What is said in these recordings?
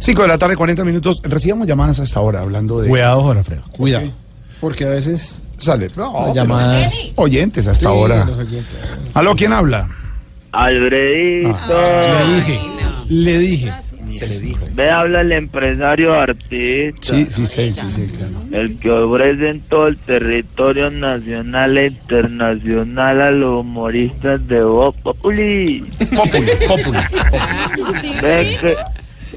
5 de la tarde, 40 minutos. Recibamos llamadas hasta ahora hablando de. Cuidado, Juan Alfredo. Cuidado. Porque a veces Sale. No, pero llamadas- Oyentes hasta sí, ahora. los oyentes. ¿Aló? ¿Quién habla? Albredito, Le dije. Le dije. se le dijo. ve habla el empresario artista, Sí, sí, sí, sí, sí, claro. el que ofrece en todo el territorio nacional e internacional a los humoristas de Voz Populi. Populi, populi. Ve que,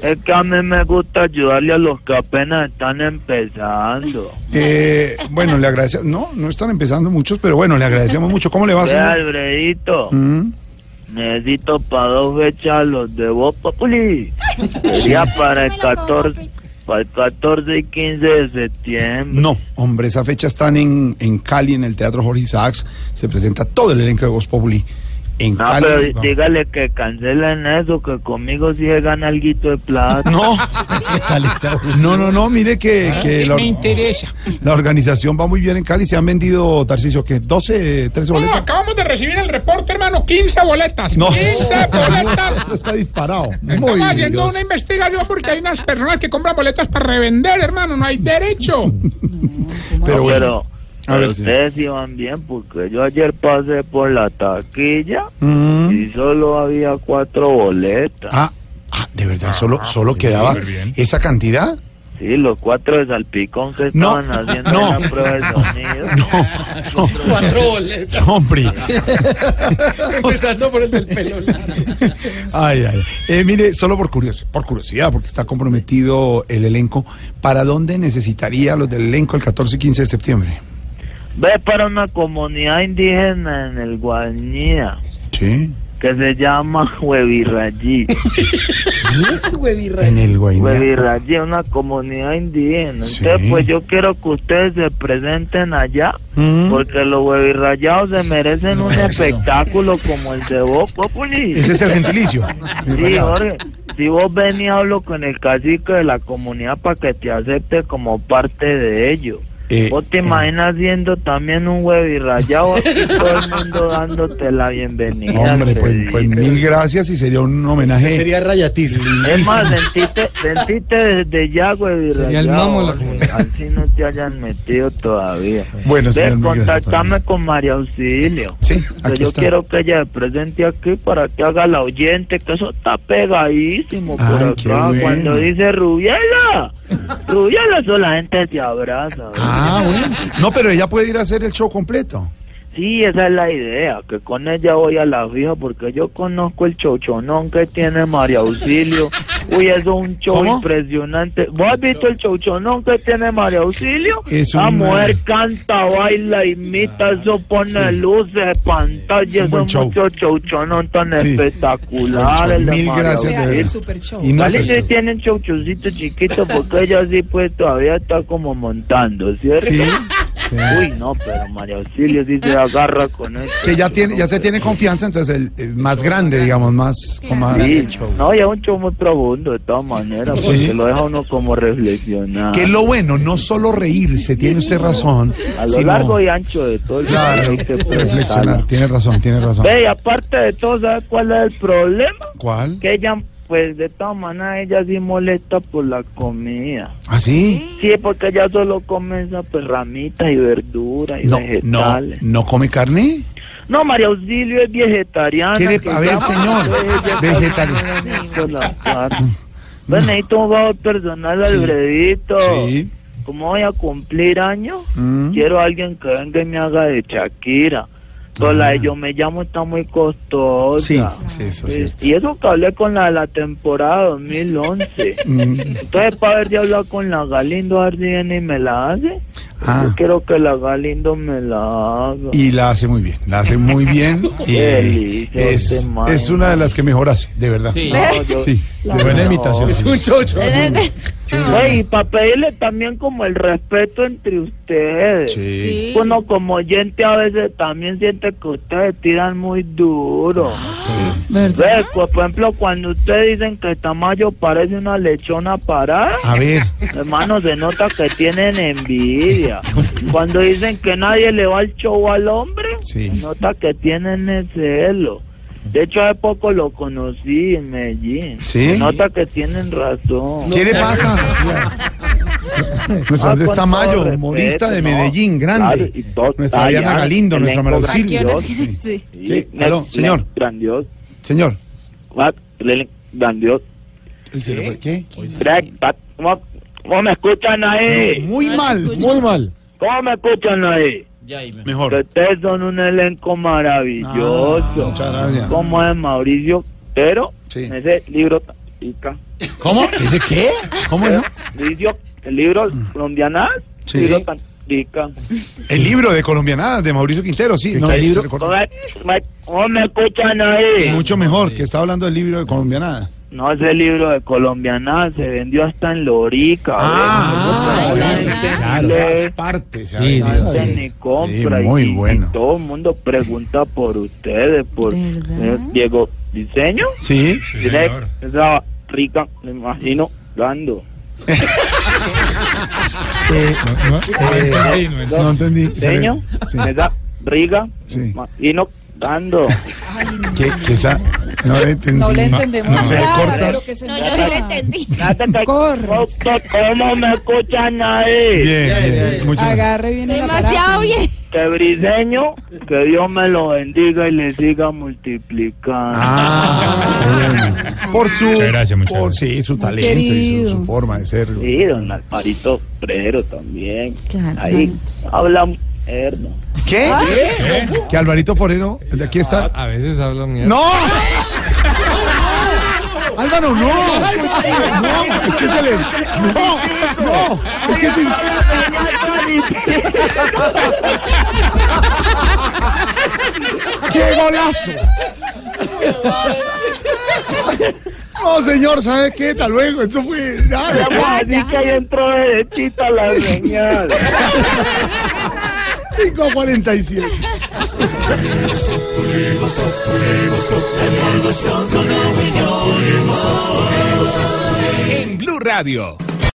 es que a mí me gusta ayudarle a los que apenas están empezando. Eh, bueno, le agradecemos. No, no están empezando muchos, pero bueno, le agradecemos mucho. ¿Cómo le va, Ve, señor? Albredito, Ah, Mm. necesito para dos fechas a los de Voz Populi. Sería para el 14, para el 14 y 15 de septiembre. No, hombre, esa fecha están en, en Cali, en el Teatro Jorge Isaacs. Se presenta todo el elenco de Voz Populi en No, Cali. pero Vamos. dígale que cancelen eso, que conmigo sí se gana alguito de plata. No, ¿Qué tal está? no, no, no, mire que, que la, la organización va muy bien en Cali. Se han vendido, Tarcisio, que 12, 13 No, boletas. acabamos de recibir el reporte, hermano. 15 boletas. No, 15 boletas. Esto está disparado. Muy Estamos haciendo Dios. una investigación porque hay unas personas que compran boletas para revender, hermano. No hay derecho. Pero bueno. pero pero ver, sí. ustedes iban bien, porque yo ayer pasé por la taquilla Mm. y solo había cuatro boletas. Ah, ah, de verdad, solo, solo quedaba esa cantidad. Sí, los cuatro de salpicón que No, estaban haciendo no, la prueba de sonido. No, Cuatro boletas. no, hombre. Empezando por el del pelo. Ay, ay. Eh, mire, solo por curiosidad, por curiosidad, porque está comprometido el elenco. ¿Para dónde necesitaría los del elenco el 14 y 15 de septiembre? Ve para una comunidad indígena en el Guañía Sí. que se llama Huevirrayí. En el Guainía. Huevirrayí es Pues una comunidad indígena. Sí. Entonces, pues yo quiero que ustedes se presenten allá, Mm. porque los huevirrayados se merecen un espectáculo como el de vos, Populi. Ese es el gentilicio. Sí, Jorge, si vos ven y hablo con el cacique de la comunidad para que te acepte como parte de ello. Eh, Vos te eh. imaginas viendo también un huevirrayado aquí todo el mundo dándote la bienvenida. Hombre, pues, te pues digo. mil gracias y sería un homenaje. Sería rayatismo. Es más, sentiste, sentiste desde ya, güey. Sería el eh, Así no te hayan metido todavía. Bueno, señor, Ve, mil gracias, contactame Fabio. con María Auxilio. Sí, Que aquí yo está. quiero que ella se presente aquí para que haga la oyente, que eso está pegadísimo por Ay, acá. qué bueno. Cuando dice Rubiela, Rubiela, eso la gente te abraza. ¿ves? Ah, bueno. No, pero ella puede ir a hacer el show completo. Sí, esa es la idea, que con ella voy a la fija, porque yo conozco el chouchonón que tiene María Auxilio. Uy, eso es un show ¿Cómo? impresionante. ¿Vos has visto el chouchonón que tiene María Auxilio? Es la un, mujer eh, canta, baila, imita, eso pone sí. luces, pantalla, Es un buen eso show. muchos chouchonos tan Sí. espectaculares. el de Mil María gracias, de Auxilio. verdad. Y no Vale, es si el- tienen chouchoncitos chiquitos, porque ella sí, pues todavía está como montando, ¿cierto? Sí, Uy, no, pero María Auxilio sí se agarra con esto. que ya tiene, ya se tiene confianza, entonces el, el más grande, digamos, más con más. Sí, no, ya es un show muy profundo de todas maneras, Sí. porque lo deja uno como reflexionar. Que es lo bueno, no solo reírse, tiene usted razón. A lo sino- largo y ancho de todo el Claro, hay que reflexionar, preguntarla. tiene razón, tiene razón. Ve, y aparte de todo, ¿sabes cuál es el problema? ¿Cuál? Que ella, pues de todas maneras, ella sí molesta por la comida. ¿Ah, sí? Sí, porque ella solo come esas pues, ramitas y verduras y No, no, vegetales. No. ¿no come carne? María Auxilio es vegetariana. ¿Quiere- que a ver, ya- señor, Ella- vegetariana. Con la carne. Bueno, necesito un favor personal, Alfredito. Sí. Como voy a cumplir años, Mm. quiero a alguien que venga y me haga de Shakira. Pero la Ah. de yo me llamo está muy costosa. Sí, sí, eso es Eh, cierto. Y eso que hablé con la de la temporada 2011. Mm, Entonces, para ver si habla con la Galindo, a ver si viene y me la hace. Ah. Yo quiero que la Galindo me la haga. Y la hace muy bien, la hace muy bien. y Qué lindo, es, este man. es una de las que mejor hace, de verdad. Sí. No, yo- Sí, la de buena mejor. imitación. Es un chocho. Güey, y para pedirle también como el respeto entre ustedes. Sí. Uno como oyente a veces también siente que ustedes tiran muy duro. Ah, Ve, pues, por ejemplo, cuando ustedes dicen que Tamayo parece una lechona parada, A ver, hermano, se nota que tienen envidia. Cuando dicen que nadie le va el show al hombre, Sí. se nota que tienen el celo. De hecho, hace poco lo conocí en Medellín. Sí. Se nota que tienen razón. ¿qué le pasa? Nuestro Ah, Andrés con Tamayo, todo humorista de respeto, ¿no? Medellín, Claro, grande. y todo Nuestra talla, Diana Galindo, nuestra elenco Marocil. grandioso. Sí. ¿Qué? Aló, le- señor. le- Grandioso. Señor, What? Le- Grandioso. él se le fue. ¿Qué? Crack, pat- ¿Cómo, cómo me escuchan ahí? Muy mal, muy mal. ¿Cómo me escuchan ahí? Ya, Iván. Que Mejor. ustedes son un elenco maravilloso. Ah, muchas gracias. Como es Mauricio, pero Sí. en ese libro. Ica. ¿Cómo? ¿Dice qué? ¿Cómo no? Mauricio, el libro colombiana. Mm. Sí. Libro tan rica. El libro de Colombianadas de Mauricio Quintero, sí. no, cae se libro. recortó. ¿Cómo me, cómo me escuchan ahí? Mucho mejor, que está hablando del libro de Colombianadas. No, ese libro de colombiana se vendió hasta en Lorica. Ah, güey. ah, No se Claro, vende, las partes. se Sí, aventaron. no se sí. ni compra. Sí, y- muy y, bueno. todo el mundo pregunta por ustedes, por ¿Verdad? eh, Diego Diseño. Sí. Tiene esa rica, me imagino, dando. Eh, no entendí. Se le- Diseño, sí. esa rica, Sí. me imagino, dando. ¿Qué, qué esa? No le entendí. No le entendemos No, se le nada, corta. pero que se No, entienda. yo sí le entendí. Date que- Corre. ¿Cómo me escuchan ahí? Bien, bien, muchas gracias. Agarre bien el Demasiado aparato. bien. Que briseño, que Dios me lo bendiga y le siga multiplicando. Ah, qué bueno. por su, Muchas gracias, muchas por sí, su talento y su- querido. su, forma de ser. Sí, don Alparito Frero también. Claro. Ahí habla moderno. ¿Qué? Que Alvarito Forero, de aquí está. A veces habla mierda. ¡No! Álvaro, no. No, es que se le. No, no. Es que se. ¡Qué golazo! No, señor, ¿sabe qué? Hasta luego. Eso fue. Dale. Así que ahí entró derechita la señal. 547. En Blue Radio.